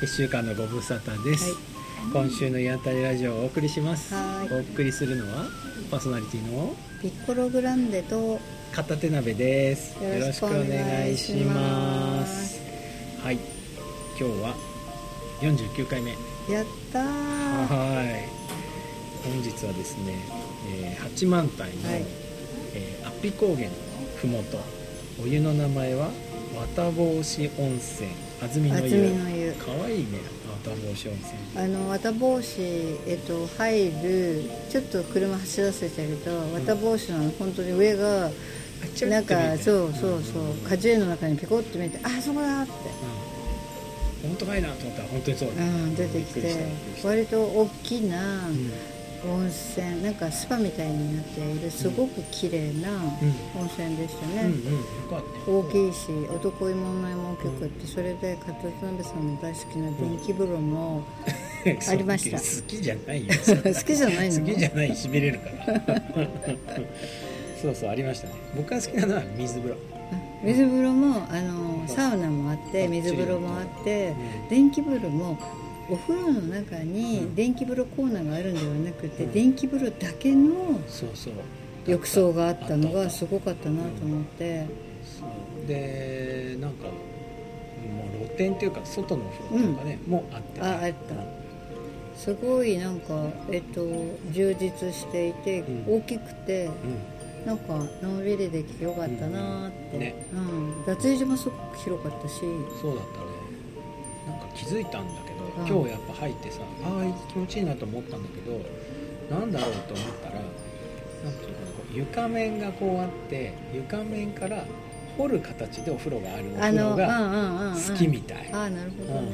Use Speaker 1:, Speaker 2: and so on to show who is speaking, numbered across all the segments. Speaker 1: 一週間のご無沙汰です、
Speaker 2: は
Speaker 1: 今週のやたりラジオをお送りします
Speaker 2: は
Speaker 1: お
Speaker 2: ーい
Speaker 1: 送りするのはパーソナリティの
Speaker 2: ピッコログランデと
Speaker 1: 片手鍋ですよ
Speaker 2: よ
Speaker 1: ろ
Speaker 2: ろ
Speaker 1: し
Speaker 2: し
Speaker 1: く
Speaker 2: く
Speaker 1: お
Speaker 2: お
Speaker 1: 願
Speaker 2: 願
Speaker 1: い
Speaker 2: い
Speaker 1: し
Speaker 2: し
Speaker 1: ま
Speaker 2: ますす
Speaker 1: はい今日は49回目は
Speaker 2: やったー
Speaker 1: ーい本日はですね、えー八幡平の、
Speaker 2: はい
Speaker 1: えー、アピ高原のふもとお湯の名前は綿帽子温泉安曇の
Speaker 2: 渥
Speaker 1: 湯
Speaker 2: 美の湯
Speaker 1: かわいいね綿帽子温泉
Speaker 2: あの綿帽子、えっと、入るちょっと車走らせてると綿帽子の本当に上がなんかそうそうそう果樹園の中にピコって見えてあそこだって、
Speaker 1: うん本当かいなと思ったら本当にそう
Speaker 2: う
Speaker 1: だね
Speaker 2: ん、出てき
Speaker 1: びっくり
Speaker 2: て
Speaker 1: したびっくりした
Speaker 2: 割と大きな
Speaker 1: うん
Speaker 2: 温泉なんかスパみたいになっているすごく綺麗な温泉でしたね、
Speaker 1: うんうんよかったよ
Speaker 2: 大きいし男芋の芋も大きくってそれで片手鍋さんの大好きな電気風呂も ありました
Speaker 1: そう好きじゃないよ
Speaker 2: 好きじゃないの
Speaker 1: 好きじゃないしびれる からそうそうありましたね僕が好きなのは水風呂
Speaker 2: 水風呂もあのサウナもあって水風呂もあって
Speaker 1: うん
Speaker 2: 電気風呂もお風呂の中
Speaker 1: う
Speaker 2: に
Speaker 1: ん
Speaker 2: 電気風呂コーナーがあるんではなくて
Speaker 1: うん
Speaker 2: 電気風呂だけの
Speaker 1: そうそう
Speaker 2: 浴槽があったのがす
Speaker 1: そう
Speaker 2: ごかったなと思って
Speaker 1: でなんかもう露天っていうか外の風呂とかね、もうあって、
Speaker 2: ああったすごいなんかえっと充実していて
Speaker 1: うん
Speaker 2: 大きくて
Speaker 1: うん
Speaker 2: なんかのんびりできてよかったなーって、
Speaker 1: う
Speaker 2: うんん
Speaker 1: ね
Speaker 2: 脱衣所もすごく広かったし
Speaker 1: そうだったねなんか気づいたんだけど、
Speaker 2: うん
Speaker 1: 今日やっぱ入ってさああ気持ちいいなと思ったんだけどなんだろうと思ったらなんていうかなこう床面がこうあって床面から掘る形でお風呂があるお風呂が
Speaker 2: うんうんうんうん
Speaker 1: 好きみたい
Speaker 2: ああなるほどね、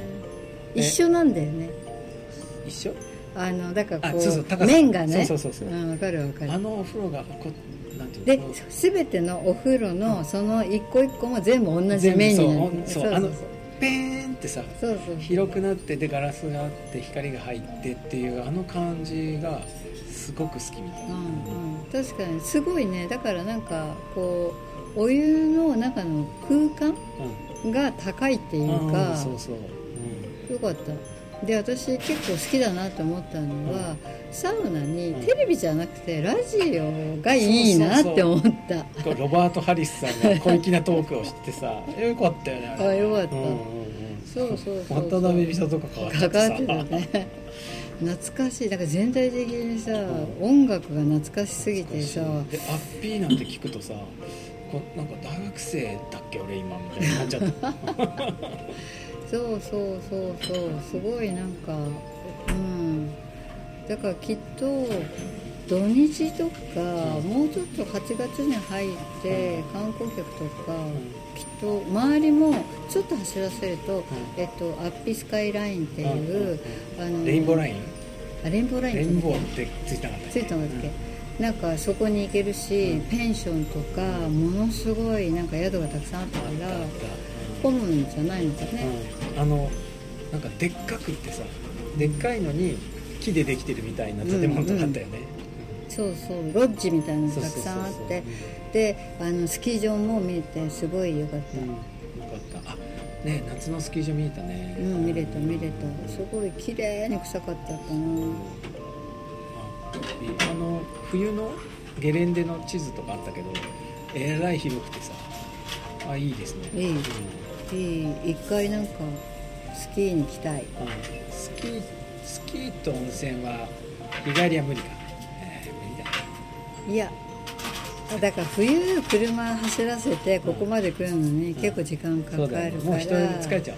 Speaker 1: うん
Speaker 2: 一緒なんだよね
Speaker 1: 一緒
Speaker 2: あのだからこう
Speaker 1: あそうそう高さ
Speaker 2: 面がね
Speaker 1: そうそうそうそう
Speaker 2: うんわかるわか
Speaker 1: あ
Speaker 2: る
Speaker 1: のお風呂がこうなんていうの
Speaker 2: で
Speaker 1: こう
Speaker 2: 全てのお風呂のその一個一個も全部同じ
Speaker 1: 全部
Speaker 2: 面
Speaker 1: そう
Speaker 2: になるね
Speaker 1: そう
Speaker 2: そう
Speaker 1: あ
Speaker 2: そ
Speaker 1: の
Speaker 2: う
Speaker 1: ペーンってさ
Speaker 2: そうそう
Speaker 1: 広くなってでガラスがあって光が入ってっていうあの感じがすごく好きみたい
Speaker 2: うん
Speaker 1: な、
Speaker 2: うん確かにすごいねだからなんかこうお湯の中の空間が高いっていう
Speaker 1: うん
Speaker 2: か、
Speaker 1: あーそうそう、うん
Speaker 2: よかったで私結構好きだなと思ったのは、サウナに
Speaker 1: うん
Speaker 2: テレビじゃなくてラジオがいいなって思った、
Speaker 1: こうロバート・ハリスさんが小粋なトークをして さよかったよねれ
Speaker 2: あよかった
Speaker 1: うんうんうん
Speaker 2: そうそうそう
Speaker 1: 渡辺美里とか変わっちゃ
Speaker 2: か
Speaker 1: って
Speaker 2: か
Speaker 1: さ
Speaker 2: ってたね 懐かしいだから全体的にさ、
Speaker 1: う
Speaker 2: 音楽が懐かしすぎてさ
Speaker 1: でアッピーなんて聞くとさこなんか大学生だっけ俺今みたいになっちゃった
Speaker 2: そうそうそうそうすごいなんかうんだからきっと土日とか、
Speaker 1: うん
Speaker 2: もうちょっと8月に入って観光客とか、
Speaker 1: う
Speaker 2: きっと周りもちょっと走らせると、えっと、アッピスカイラインっていう、あの
Speaker 1: んレインボーライン
Speaker 2: あレインボーライン
Speaker 1: レインボー
Speaker 2: っ
Speaker 1: ってついたかった
Speaker 2: てついたんだっけ、なんかそこに行けるし、
Speaker 1: うん
Speaker 2: ペンションとかものすごいなんか宿がたくさんあったから混むんじゃないのかね、
Speaker 1: うんあのなんかでっかくってさでっかいのに木でできてるみたいな建物とかあったよね、
Speaker 2: そうそうロッジみたいなの
Speaker 1: そ
Speaker 2: た
Speaker 1: う
Speaker 2: く
Speaker 1: そうそう
Speaker 2: さんあっ
Speaker 1: そう
Speaker 2: てであのスキー場も見えてすごい良かっ
Speaker 1: うん、よかったあね夏のスキー場見えたね
Speaker 2: た、うん見れた見れたすごい綺麗に臭かったかな
Speaker 1: ああの冬のゲレンデの地図とかあったけどえらい広くてさあいいですね
Speaker 2: いい
Speaker 1: うん
Speaker 2: いい一回なんかスキーに来たい
Speaker 1: あスキースキーと温泉は日帰りは無理か、えー無理だ
Speaker 2: いやだから冬車走らせてここまで来るのに結構時間かか
Speaker 1: そう
Speaker 2: る
Speaker 1: だ
Speaker 2: から、
Speaker 1: よねもう人疲れちゃ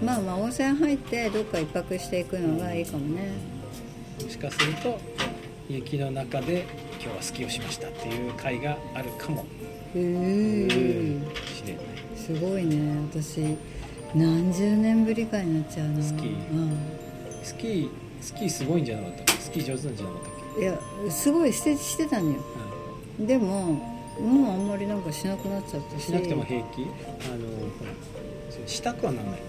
Speaker 1: う
Speaker 2: まあまあ温泉入ってどっか一泊していくのがいいかもね
Speaker 1: もしかすると雪の中で今日はスキーをしましたっていう回があるかもし
Speaker 2: うん
Speaker 1: れない
Speaker 2: すごいね私何十年ぶりかになっちゃうな
Speaker 1: スキー
Speaker 2: う
Speaker 1: スキースキーすごいんじゃなかったっけスキー上手なんじゃなかったっけ
Speaker 2: ん、いやすごい捨てしてたのよでももうあんまりなんかしなくなっちゃったし
Speaker 1: しなくても平気あのほらそうしたくはならない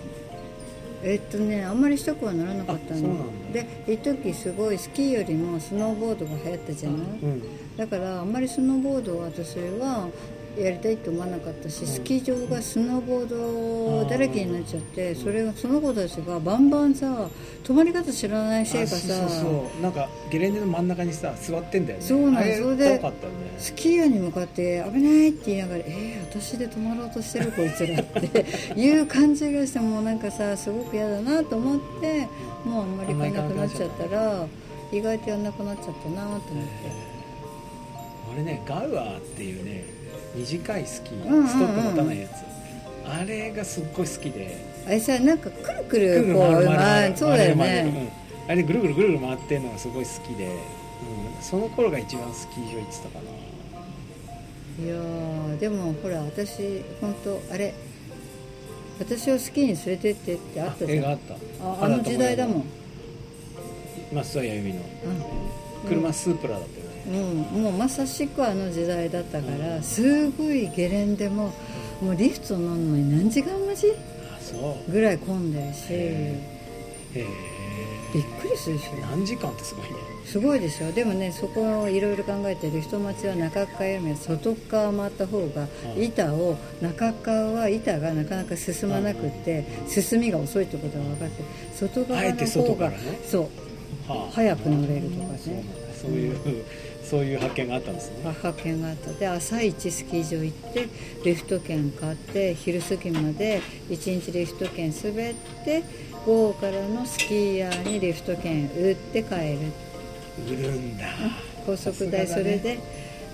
Speaker 2: えっとねあんまりしたくはならなかった
Speaker 1: あ
Speaker 2: の
Speaker 1: そうなんだ
Speaker 2: で一時すごいスキーよりもスノーボードが流行ったじゃない、
Speaker 1: うん
Speaker 2: だからあんまりスノーボードを私はやりたいって思わなかったし、スキー場がスノーボードだらけになっちゃって、それがその子たちがバンバンさ泊まり方知らないせいか
Speaker 1: あそうそ
Speaker 2: さ
Speaker 1: うそうなんかゲレンデの真ん中にさ座ってんだよね
Speaker 2: そうなの
Speaker 1: あれ
Speaker 2: それで
Speaker 1: よかったよね
Speaker 2: スキーヤーに向かって危ないって言いながら、えー、私で止まろうとしてるこいつらって いう感じがして、もうなんかさ、すごく嫌だなと思って、もうあんまり行かなくなっちゃったら、意外とやんなくなっちゃったなと思って。
Speaker 1: あれねガウアーっていうね短いスキ
Speaker 2: うんうんうん
Speaker 1: ーストップ持たないやつ、あれがすっごい好きで
Speaker 2: あれさ、なんかくるく
Speaker 1: ぐる
Speaker 2: る
Speaker 1: ぐる
Speaker 2: こう、
Speaker 1: 回る
Speaker 2: ま
Speaker 1: 回
Speaker 2: あ
Speaker 1: る
Speaker 2: そうだよ
Speaker 1: 回る回る
Speaker 2: ね。
Speaker 1: うんあれぐるぐるぐるぐる回ってるのがすごい好きで、うん、その頃が一番スキー場行ってたかない
Speaker 2: やーでもほら、私、本当あれ、私をスキーに連れてってってあったじ
Speaker 1: 映
Speaker 2: ゃ
Speaker 1: 画
Speaker 2: ん。
Speaker 1: あ
Speaker 2: あ
Speaker 1: った
Speaker 2: あの時代だもん。
Speaker 1: 松任谷由実の
Speaker 2: うん
Speaker 1: 車スープラだったよね、
Speaker 2: うん、もうまさしくあの時代だったから、すごいゲレンデももうリフト乗るのに何時間待ち
Speaker 1: あそう
Speaker 2: ぐらい混んでるし
Speaker 1: へへ
Speaker 2: びっくりするでし
Speaker 1: え
Speaker 2: ょ
Speaker 1: 何時間ってすごいね
Speaker 2: すごいでしょでもねそこをいろいろ考えてリフト待ちは中側よりも外側回った方が
Speaker 1: うん
Speaker 2: 板を中側は板がなかなか進まなくって進みが遅いってことが分かって外側
Speaker 1: あえて
Speaker 2: の
Speaker 1: 外
Speaker 2: 方
Speaker 1: から
Speaker 2: が
Speaker 1: ね
Speaker 2: そう
Speaker 1: はあ
Speaker 2: 早く乗れるとかね
Speaker 1: そうなんだそういう、そういう発見があったんですね
Speaker 2: 母券があったで朝一スキー場行ってリフト券買って昼過ぎまで1日リフト券滑って午後からのスキーヤーにリフト券売って帰る
Speaker 1: 売るんだ
Speaker 2: 高速代
Speaker 1: さ
Speaker 2: そ
Speaker 1: すがだね
Speaker 2: れで、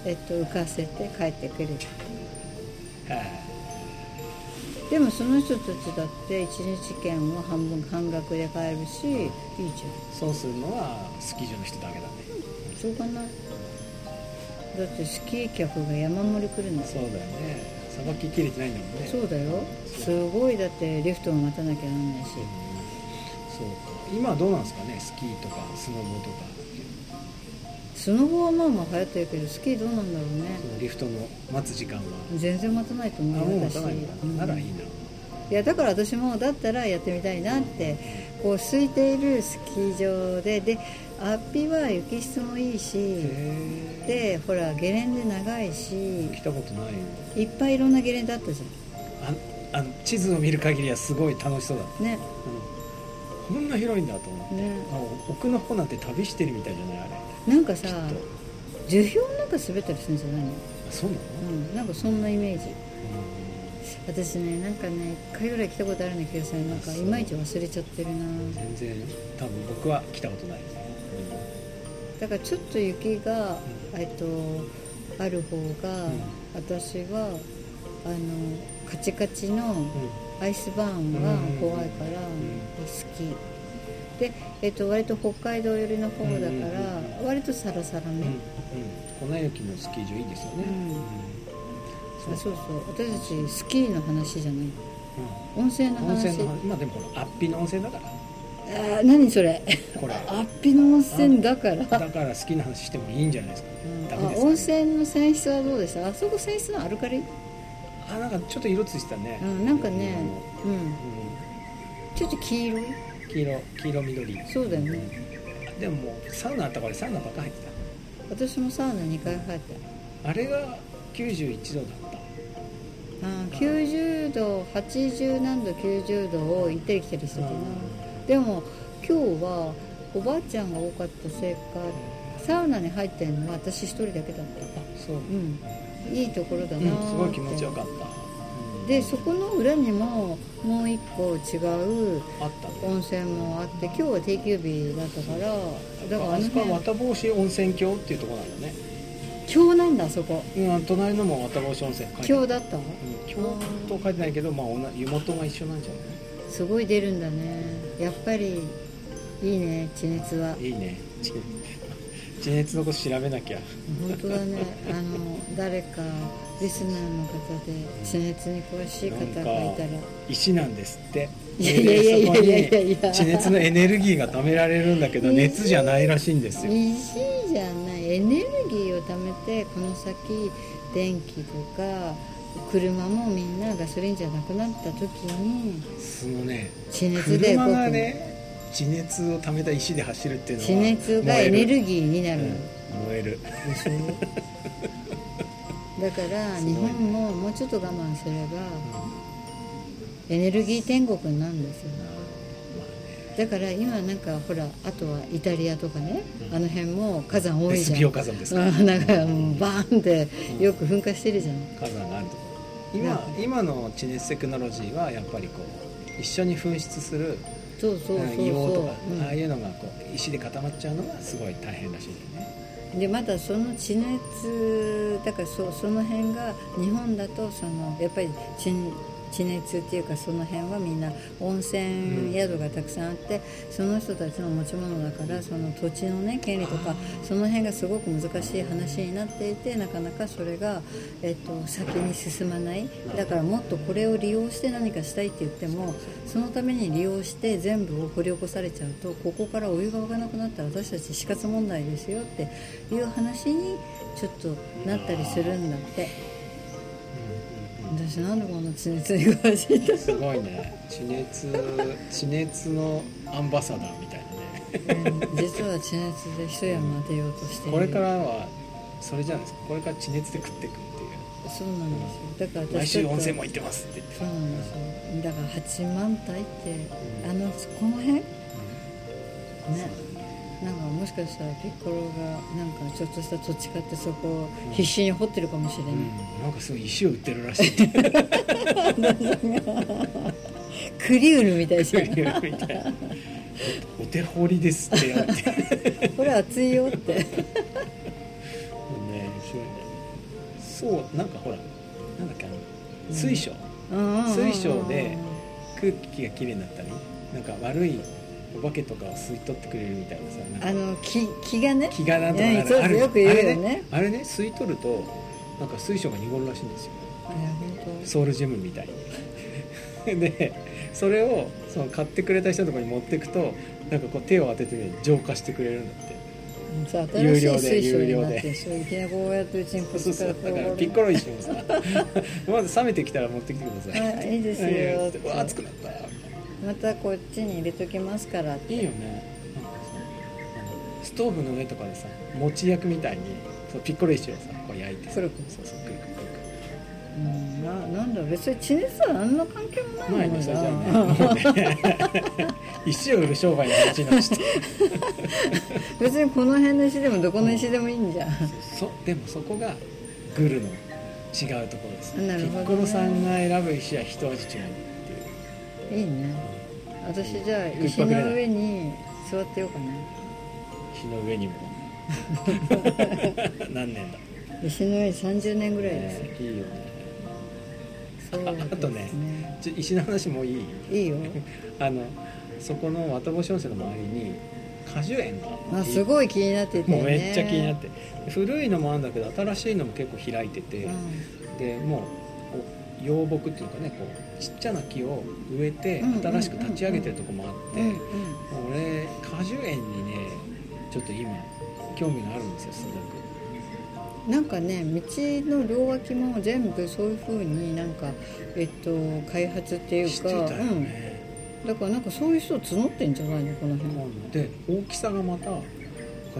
Speaker 2: えっと、浮かせて帰ってくる
Speaker 1: は
Speaker 2: でもその人たちだって1日券は半分半額で買えるしいいじゃん
Speaker 1: あそうするのはスキー場の人だけだね
Speaker 2: しょうがないだってスキー客が山盛り来るんだよ
Speaker 1: そうだよねさばききれてないんだもんね
Speaker 2: そううだよすごいだってリフトも待たなきゃならないし
Speaker 1: んそうか今どうなんですかねスキーとかスノボとか
Speaker 2: スノボはまあまあ流行ってるけどスキーどうなんだろうね
Speaker 1: そのリフトの待つ時間は
Speaker 2: 全然待たないと
Speaker 1: あ
Speaker 2: 思
Speaker 1: もう
Speaker 2: うよ
Speaker 1: 待
Speaker 2: 私
Speaker 1: たないんだ
Speaker 2: うん
Speaker 1: ならいいない
Speaker 2: やだから私もだったらやってみたいなってこう空いているスキー場ででアッピは雪質もいいし
Speaker 1: へえ
Speaker 2: でほらゲレンデ長いし
Speaker 1: 来たことないよ
Speaker 2: いっぱいいろんなゲレンデあったじ
Speaker 1: ああの地図を見る限りはすごい楽しそうだ
Speaker 2: ゃんね
Speaker 1: うんこんな広いんだと思って、
Speaker 2: ね
Speaker 1: あお奥の方なんて旅してるみたいじゃないあれ
Speaker 2: なんかさ
Speaker 1: きっと
Speaker 2: 樹氷なんか滑ったりするんじゃないの、
Speaker 1: あそうなの、
Speaker 2: うん、なんかそんなイメージ私ねなんかね1回ぐらい来たことあるような気がするなんかいまいち忘れちゃってるな
Speaker 1: うん全然多分僕は来たことないですね、
Speaker 2: だからちょっと雪が、
Speaker 1: うん
Speaker 2: えっとある方が、
Speaker 1: うん
Speaker 2: 私はあのカチカチの
Speaker 1: うん
Speaker 2: アイスバーンが怖いから、
Speaker 1: ん
Speaker 2: 好きで、えっと割と北海道寄りの方だから、
Speaker 1: う
Speaker 2: 割とサラサラ
Speaker 1: うんうん
Speaker 2: ね、
Speaker 1: 粉雪のスキー場いいですよね、
Speaker 2: うん
Speaker 1: うん
Speaker 2: あ
Speaker 1: そう
Speaker 2: そうそう私たちスキーの話じゃない温泉の
Speaker 1: うん温
Speaker 2: 話
Speaker 1: 泉の話まあでもほらあっぴの温泉だから
Speaker 2: あー何 それ
Speaker 1: これ
Speaker 2: あっぴの温泉だから
Speaker 1: だから好きな話してもいいんじゃないですかね、
Speaker 2: うん
Speaker 1: ダメで
Speaker 2: あ
Speaker 1: すかね
Speaker 2: 温泉の泉質はどうでしたあそこ泉質のアルカリ、
Speaker 1: あなんかちょっと色ついてたね、
Speaker 2: うん、なんかね、うん、ちょっと黄色
Speaker 1: う
Speaker 2: い
Speaker 1: ん黄色黄色緑
Speaker 2: そうだよね
Speaker 1: でももうサウナあったからサウナばっか入ってた
Speaker 2: 私もサウナ2回入っ
Speaker 1: あれが91度だった
Speaker 2: たあー90度80何度90度を行ったり来たりしてたなでも今日はおばあちゃんが多かったせいかサウナに入ってんのは私一人だけだった
Speaker 1: あそう、う
Speaker 2: うんいいところだなーって、
Speaker 1: ん、すごい気持ちよかった、
Speaker 2: でそこの裏にももう一個違う
Speaker 1: あったね
Speaker 2: 温泉もあって今日は定休日だったからだからあ
Speaker 1: あ
Speaker 2: の
Speaker 1: そこは
Speaker 2: 辺
Speaker 1: 綿帽子温泉郷っていうところなんだね、
Speaker 2: 今日なんだあそこ
Speaker 1: うん、隣のも綿帽子温泉書いてあ
Speaker 2: 今
Speaker 1: る
Speaker 2: 日だった
Speaker 1: うん京都書いてないけど、まあ、おな湯元が一緒なんじゃ
Speaker 2: すごい出るんだねやっぱりいいね地熱は
Speaker 1: ないいいね 地地熱のこと調べなきゃ
Speaker 2: 本当だねあの誰かリスナーの方で地熱に詳しい方がいたら
Speaker 1: なんか石なんですって
Speaker 2: いやいやいやいやいやいやいや
Speaker 1: そこに地熱のエネルギーが貯められるんだけど
Speaker 2: うん
Speaker 1: 熱じゃないらしいんですよ
Speaker 2: 石じゃないエネルギーを貯めてこの先電気とか車もみんなガソリンじゃなくなった時に
Speaker 1: そのね
Speaker 2: 地熱で
Speaker 1: 車
Speaker 2: こう
Speaker 1: がね地熱を貯めた石で走るっていうのは
Speaker 2: 地熱が
Speaker 1: 燃
Speaker 2: エ
Speaker 1: える
Speaker 2: ネルギーになる、
Speaker 1: うん燃える
Speaker 2: でしょだから
Speaker 1: すごい
Speaker 2: 日本ももうちょっと我慢すればエネルギー天国になるんですよだから今なんかほらあとはイタリアとかね
Speaker 1: うん
Speaker 2: あの辺も火山
Speaker 1: うん
Speaker 2: 多い
Speaker 1: エス
Speaker 2: じゃ
Speaker 1: ピオ
Speaker 2: ん
Speaker 1: 火山ですか
Speaker 2: うんなんかもうバーンって
Speaker 1: うん
Speaker 2: よく噴火してるじゃん
Speaker 1: 火山があるところ今今の地熱テクノロジーはやっぱりこう一緒に噴出する
Speaker 2: そうそうそう
Speaker 1: なんか硫黄とか
Speaker 2: そう、うん
Speaker 1: ああいうのがこう石で固まっちゃうのがすごい大変らしいよね
Speaker 2: でまだその地熱だからそその辺が日本だとそのやっぱり地地熱っていうかその辺はみんな温
Speaker 1: うん
Speaker 2: 泉宿がたくさんあって、その人たちの持ち物だからその土地のね権利とかその辺がすごく難しい話になっていてなかなかそれが、えっと、先に進まないだからもっとこれを利用して何かしたいって言ってもそのために利用して全部を掘り起こされちゃうとここからお湯が湧かなくなったら私たち死活問題ですよっていう話にちょっとなったりするんだって私なんでこんな地熱に詳し いんだ
Speaker 1: すごいね地熱地熱のアンバサダーみたいなね
Speaker 2: うん実は地熱で一山当てようとしている
Speaker 1: これからはそれじゃないですかこれから地熱で食っていくっていう
Speaker 2: そうなんですよだから
Speaker 1: 毎
Speaker 2: ちょっ
Speaker 1: 週
Speaker 2: と
Speaker 1: 温泉も行ってますって言って
Speaker 2: そうなんですよだから八幡平ってあのこの辺ねなんかもしかしたらピッコロがなんかちょっとした土地買ってそこを必死に掘ってるかもしれな
Speaker 1: う
Speaker 2: い、
Speaker 1: ん、なんかすごい石を売ってるらしい
Speaker 2: クリウルみたいじゃん
Speaker 1: みたいなお手掘りですってやってね
Speaker 2: これ熱いよって
Speaker 1: 面白いねそうなんかほらなんだっけあの水晶、水
Speaker 2: 水
Speaker 1: 晶で空気がきれいになったりなんか悪いお化けとかを吸い取ってくれるみたいなさなんか
Speaker 2: あの気気がね
Speaker 1: 気がなんとか
Speaker 2: うんそ
Speaker 1: な
Speaker 2: う
Speaker 1: るある
Speaker 2: よく言うよね
Speaker 1: あれねあれね吸い取るとなんか水晶が濁るらしいんですよ
Speaker 2: あいや本
Speaker 1: ソウルジムみたいに でそれをその買ってくれた人のところに持っていくとなんかこう手を当ててね浄化してくれるんだって
Speaker 2: 当そう
Speaker 1: 有
Speaker 2: 新し
Speaker 1: 料で
Speaker 2: い水晶
Speaker 1: 有料
Speaker 2: に
Speaker 1: で
Speaker 2: なってそういきなりこうやってうちにこっ
Speaker 1: そう
Speaker 2: ち
Speaker 1: そ
Speaker 2: から
Speaker 1: う
Speaker 2: こ
Speaker 1: だ
Speaker 2: う
Speaker 1: からピッコロ石もさ まず冷めてきたら持ってきてください
Speaker 2: あいいです
Speaker 1: いやいや
Speaker 2: よ
Speaker 1: ってわあ熱くなった
Speaker 2: またこっちに入れときますからって
Speaker 1: いいよねなんかさあのストーブの上とかでさ餅焼くみたいにそのピッコロ石をさこう焼いてさ
Speaker 2: くるくる
Speaker 1: そうそうくるくるくるくる
Speaker 2: うんななんだろう別に地熱とは何の関係もないもん
Speaker 1: 前
Speaker 2: な
Speaker 1: のさじゃあね石を売る商売の話になっちゃった
Speaker 2: 別にこの辺の石でもどこの石でもいいんじゃん、
Speaker 1: そでもそこがグルの違うところです、
Speaker 2: なるほどね
Speaker 1: ピッコロさんが選ぶ石は一味違うっていう
Speaker 2: いいね私じゃあ
Speaker 1: 一
Speaker 2: 石
Speaker 1: 泊で
Speaker 2: の上に座ってようかな
Speaker 1: 日の上にも何年だ、
Speaker 2: 石の上に30年ぐらいですよ
Speaker 1: ねいいよね
Speaker 2: そうです
Speaker 1: ああとねちょ石の話もういい
Speaker 2: いいよ
Speaker 1: あのそこの渡越温泉の周りに果樹園が
Speaker 2: あす
Speaker 1: い
Speaker 2: ごい気になってて、ね、、
Speaker 1: もうめっちゃ気になってて古いのもあるんだけど新しいのも結構開いてて、
Speaker 2: うん
Speaker 1: でもうこう幼木っていうかねこうちっちゃな木を植えて
Speaker 2: うんうんうんうん
Speaker 1: 新しく立ち上げてるとこもあって、
Speaker 2: うん
Speaker 1: 俺果樹園にねちょっと今興味があるんですよすごく
Speaker 2: うん、なんかね道の両脇も全部そういう風になんか、えっと、開発っていうか
Speaker 1: してたよね、
Speaker 2: うん、だからなんかそういう人募ってんじゃないのこの辺
Speaker 1: で大きさがまた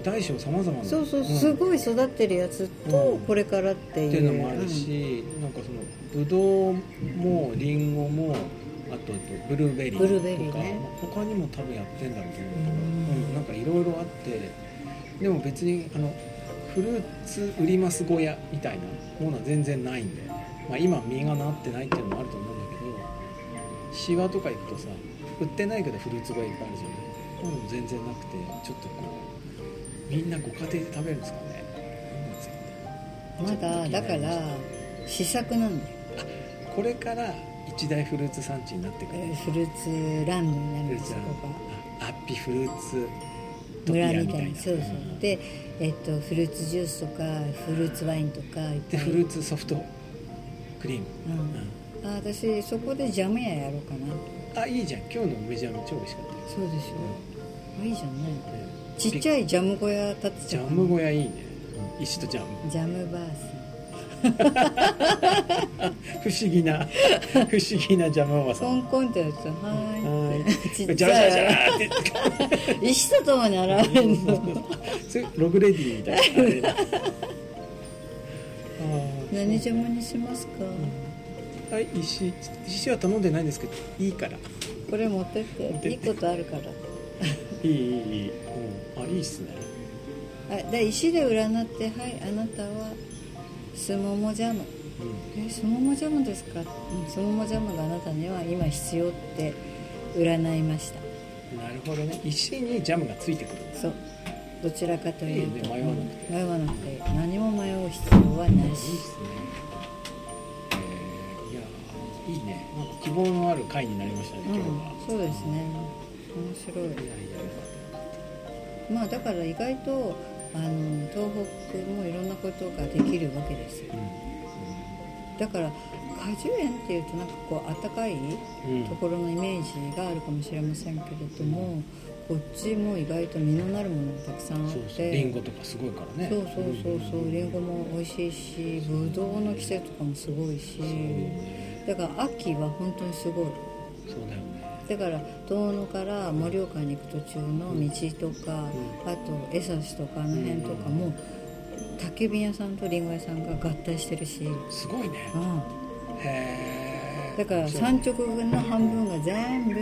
Speaker 1: 大小さまざまな
Speaker 2: そうそう、
Speaker 1: ん
Speaker 2: すごい育ってるやつと
Speaker 1: うん
Speaker 2: これからって
Speaker 1: って
Speaker 2: い
Speaker 1: いう
Speaker 2: う
Speaker 1: のもあるし、なんかそのブドウもリンゴもあとあとブルーベリーとか
Speaker 2: ブルーベリーね
Speaker 1: 他にも多分やってんだろうけど、
Speaker 2: ん
Speaker 1: うんなんかいろいろあってでも別にあのフルーツ売ります小屋みたいなものは全然ないんで、まあ、今実がなってないっていうのもあると思うんだけどシワとか行くとさ売ってないけどフルーツ小屋いっぱいあるじゃないこういうのも全然なくてちょっとこうみんなご家庭で食べるんですかねなんですよ
Speaker 2: うんまだだから試作なんだよ、
Speaker 1: これから一大フルーツ産地になってくる、
Speaker 2: えーフルーツランドになる
Speaker 1: フル
Speaker 2: んで
Speaker 1: ーツ
Speaker 2: す
Speaker 1: あ
Speaker 2: ここが
Speaker 1: アッピフルーツトピア
Speaker 2: 村み
Speaker 1: み
Speaker 2: た
Speaker 1: た
Speaker 2: い
Speaker 1: い
Speaker 2: に
Speaker 1: な
Speaker 2: そうそう、
Speaker 1: ん
Speaker 2: で、えっと、フルーツジュースとかフルーツワインとかいっ
Speaker 1: で
Speaker 2: ぱい
Speaker 1: フルーツソフトクリーム、
Speaker 2: うん、あ私そこでジャム屋やろうかな
Speaker 1: うんあいいじゃん今日の梅ジャム超美味しかったよ
Speaker 2: そうでしょいいじゃんね
Speaker 1: うん
Speaker 2: ちっちゃいジャム小屋建て
Speaker 1: ジ
Speaker 2: ちゃ
Speaker 1: ャ
Speaker 2: う
Speaker 1: ム小屋いいね、石とジャム
Speaker 2: ジャムバース
Speaker 1: 不思議 な不思議なジャムおばさ
Speaker 2: コン
Speaker 1: ん
Speaker 2: コンってやつは
Speaker 1: は
Speaker 2: ーいって
Speaker 1: ーいジ
Speaker 2: ちっち
Speaker 1: ャラジャラジ
Speaker 2: ゃい
Speaker 1: ャラ って
Speaker 2: 石とともに現れるの
Speaker 1: そうログレディみたいなあれ
Speaker 2: 何邪魔にしますか、
Speaker 1: はい、石石は頼んでないんですけどいいから
Speaker 2: これ持ってって
Speaker 1: 持ってって
Speaker 2: いいことあるから
Speaker 1: いいいいいい、うん、あいいっすね
Speaker 2: あで石で占って「はいあなたはすももジャム」
Speaker 1: う
Speaker 2: え「すももジャムですか?」うん「すももジャムがあなたには今必要」って占いました
Speaker 1: ん、なるほどね石にジャムがついてくるんだ
Speaker 2: そうどちらかというと
Speaker 1: いいね迷わなくて
Speaker 2: 迷わなくて何も迷う必要はない
Speaker 1: いいっ
Speaker 2: し
Speaker 1: すねえー、いやーいいねなんか希望のある回になりましたね
Speaker 2: う
Speaker 1: 今日
Speaker 2: ん
Speaker 1: は、
Speaker 2: そうですね面白
Speaker 1: い
Speaker 2: い
Speaker 1: やいやよかった
Speaker 2: まあだから意外とあの東北もいろんなことができるわけですよだから果樹園っていうとなんかこう暖かい
Speaker 1: うん
Speaker 2: ところのイメージがあるかもしれませんけれどもこっちも意外と実のなるものがたくさんあっ
Speaker 1: そうそう
Speaker 2: て
Speaker 1: リンゴとかすごいからね
Speaker 2: そうそうそうそうんりんごも美味しいしぶどうの季節とかもすごいしだから秋は本当にすごい
Speaker 1: そうだよね
Speaker 2: だから遠野から盛岡に行く途中の道とか、あと江差しとかあの辺とかも焚き火屋さんとりんご屋さんが合体してるし、
Speaker 1: すごいね
Speaker 2: うん、
Speaker 1: へえ
Speaker 2: だから山直分の半分が全部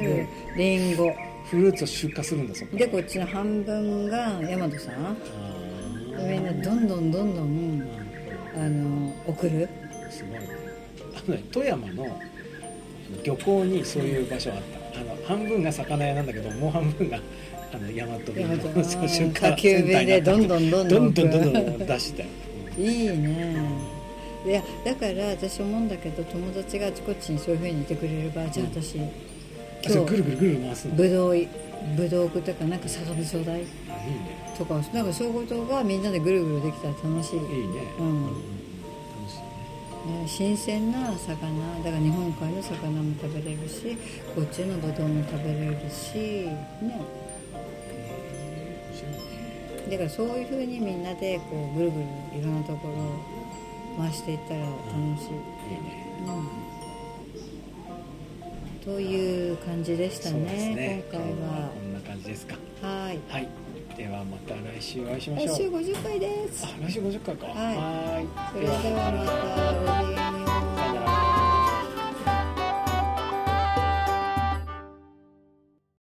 Speaker 2: りんご
Speaker 1: フルーツを出荷するんだそこ
Speaker 2: でこっちの半分が大和さん
Speaker 1: あー
Speaker 2: みんなどんどんどんどん
Speaker 1: う
Speaker 2: あの送る
Speaker 1: んすごいねあのね富山のあの漁港にそういう場所あったあの半分が魚屋なんだけどもう半分があの大和
Speaker 2: 大和
Speaker 1: 便
Speaker 2: あ
Speaker 1: の
Speaker 2: ー
Speaker 1: そう出荷
Speaker 2: 宅急便でどんどんどんど
Speaker 1: ど
Speaker 2: ん
Speaker 1: ん
Speaker 2: 送
Speaker 1: ど
Speaker 2: る
Speaker 1: んどんどん出して
Speaker 2: いいねいやだから私思うんだけど友達があちこちにそういうふうにいてくれれば、じゃあ私
Speaker 1: あそ
Speaker 2: 今
Speaker 1: うぐ
Speaker 2: 日
Speaker 1: るぐるぐる回すの
Speaker 2: ぶどういぶどう送ったからなんかささぶちょうだ
Speaker 1: あ
Speaker 2: い
Speaker 1: いいね
Speaker 2: とかなんかそういうことがみんなでぐるぐるできたら楽しい、
Speaker 1: いいね
Speaker 2: うん
Speaker 1: 楽しいね
Speaker 2: ね新鮮な魚だから日本海の魚も食べれるしこっちのぶどうも食べれるしねだからそういうふうにみんなでこうぐるぐるいろんなところを回していったら楽しい、
Speaker 1: いいね
Speaker 2: うんという感じでした
Speaker 1: そうです
Speaker 2: ね
Speaker 1: ね
Speaker 2: 今回は
Speaker 1: こんな感じですか
Speaker 2: はい
Speaker 1: はいではまた来週お会いしまし
Speaker 2: 来
Speaker 1: ょう
Speaker 2: 週50回です
Speaker 1: あ来週50回か
Speaker 2: はい
Speaker 1: はーい
Speaker 2: それではまたごきげんよう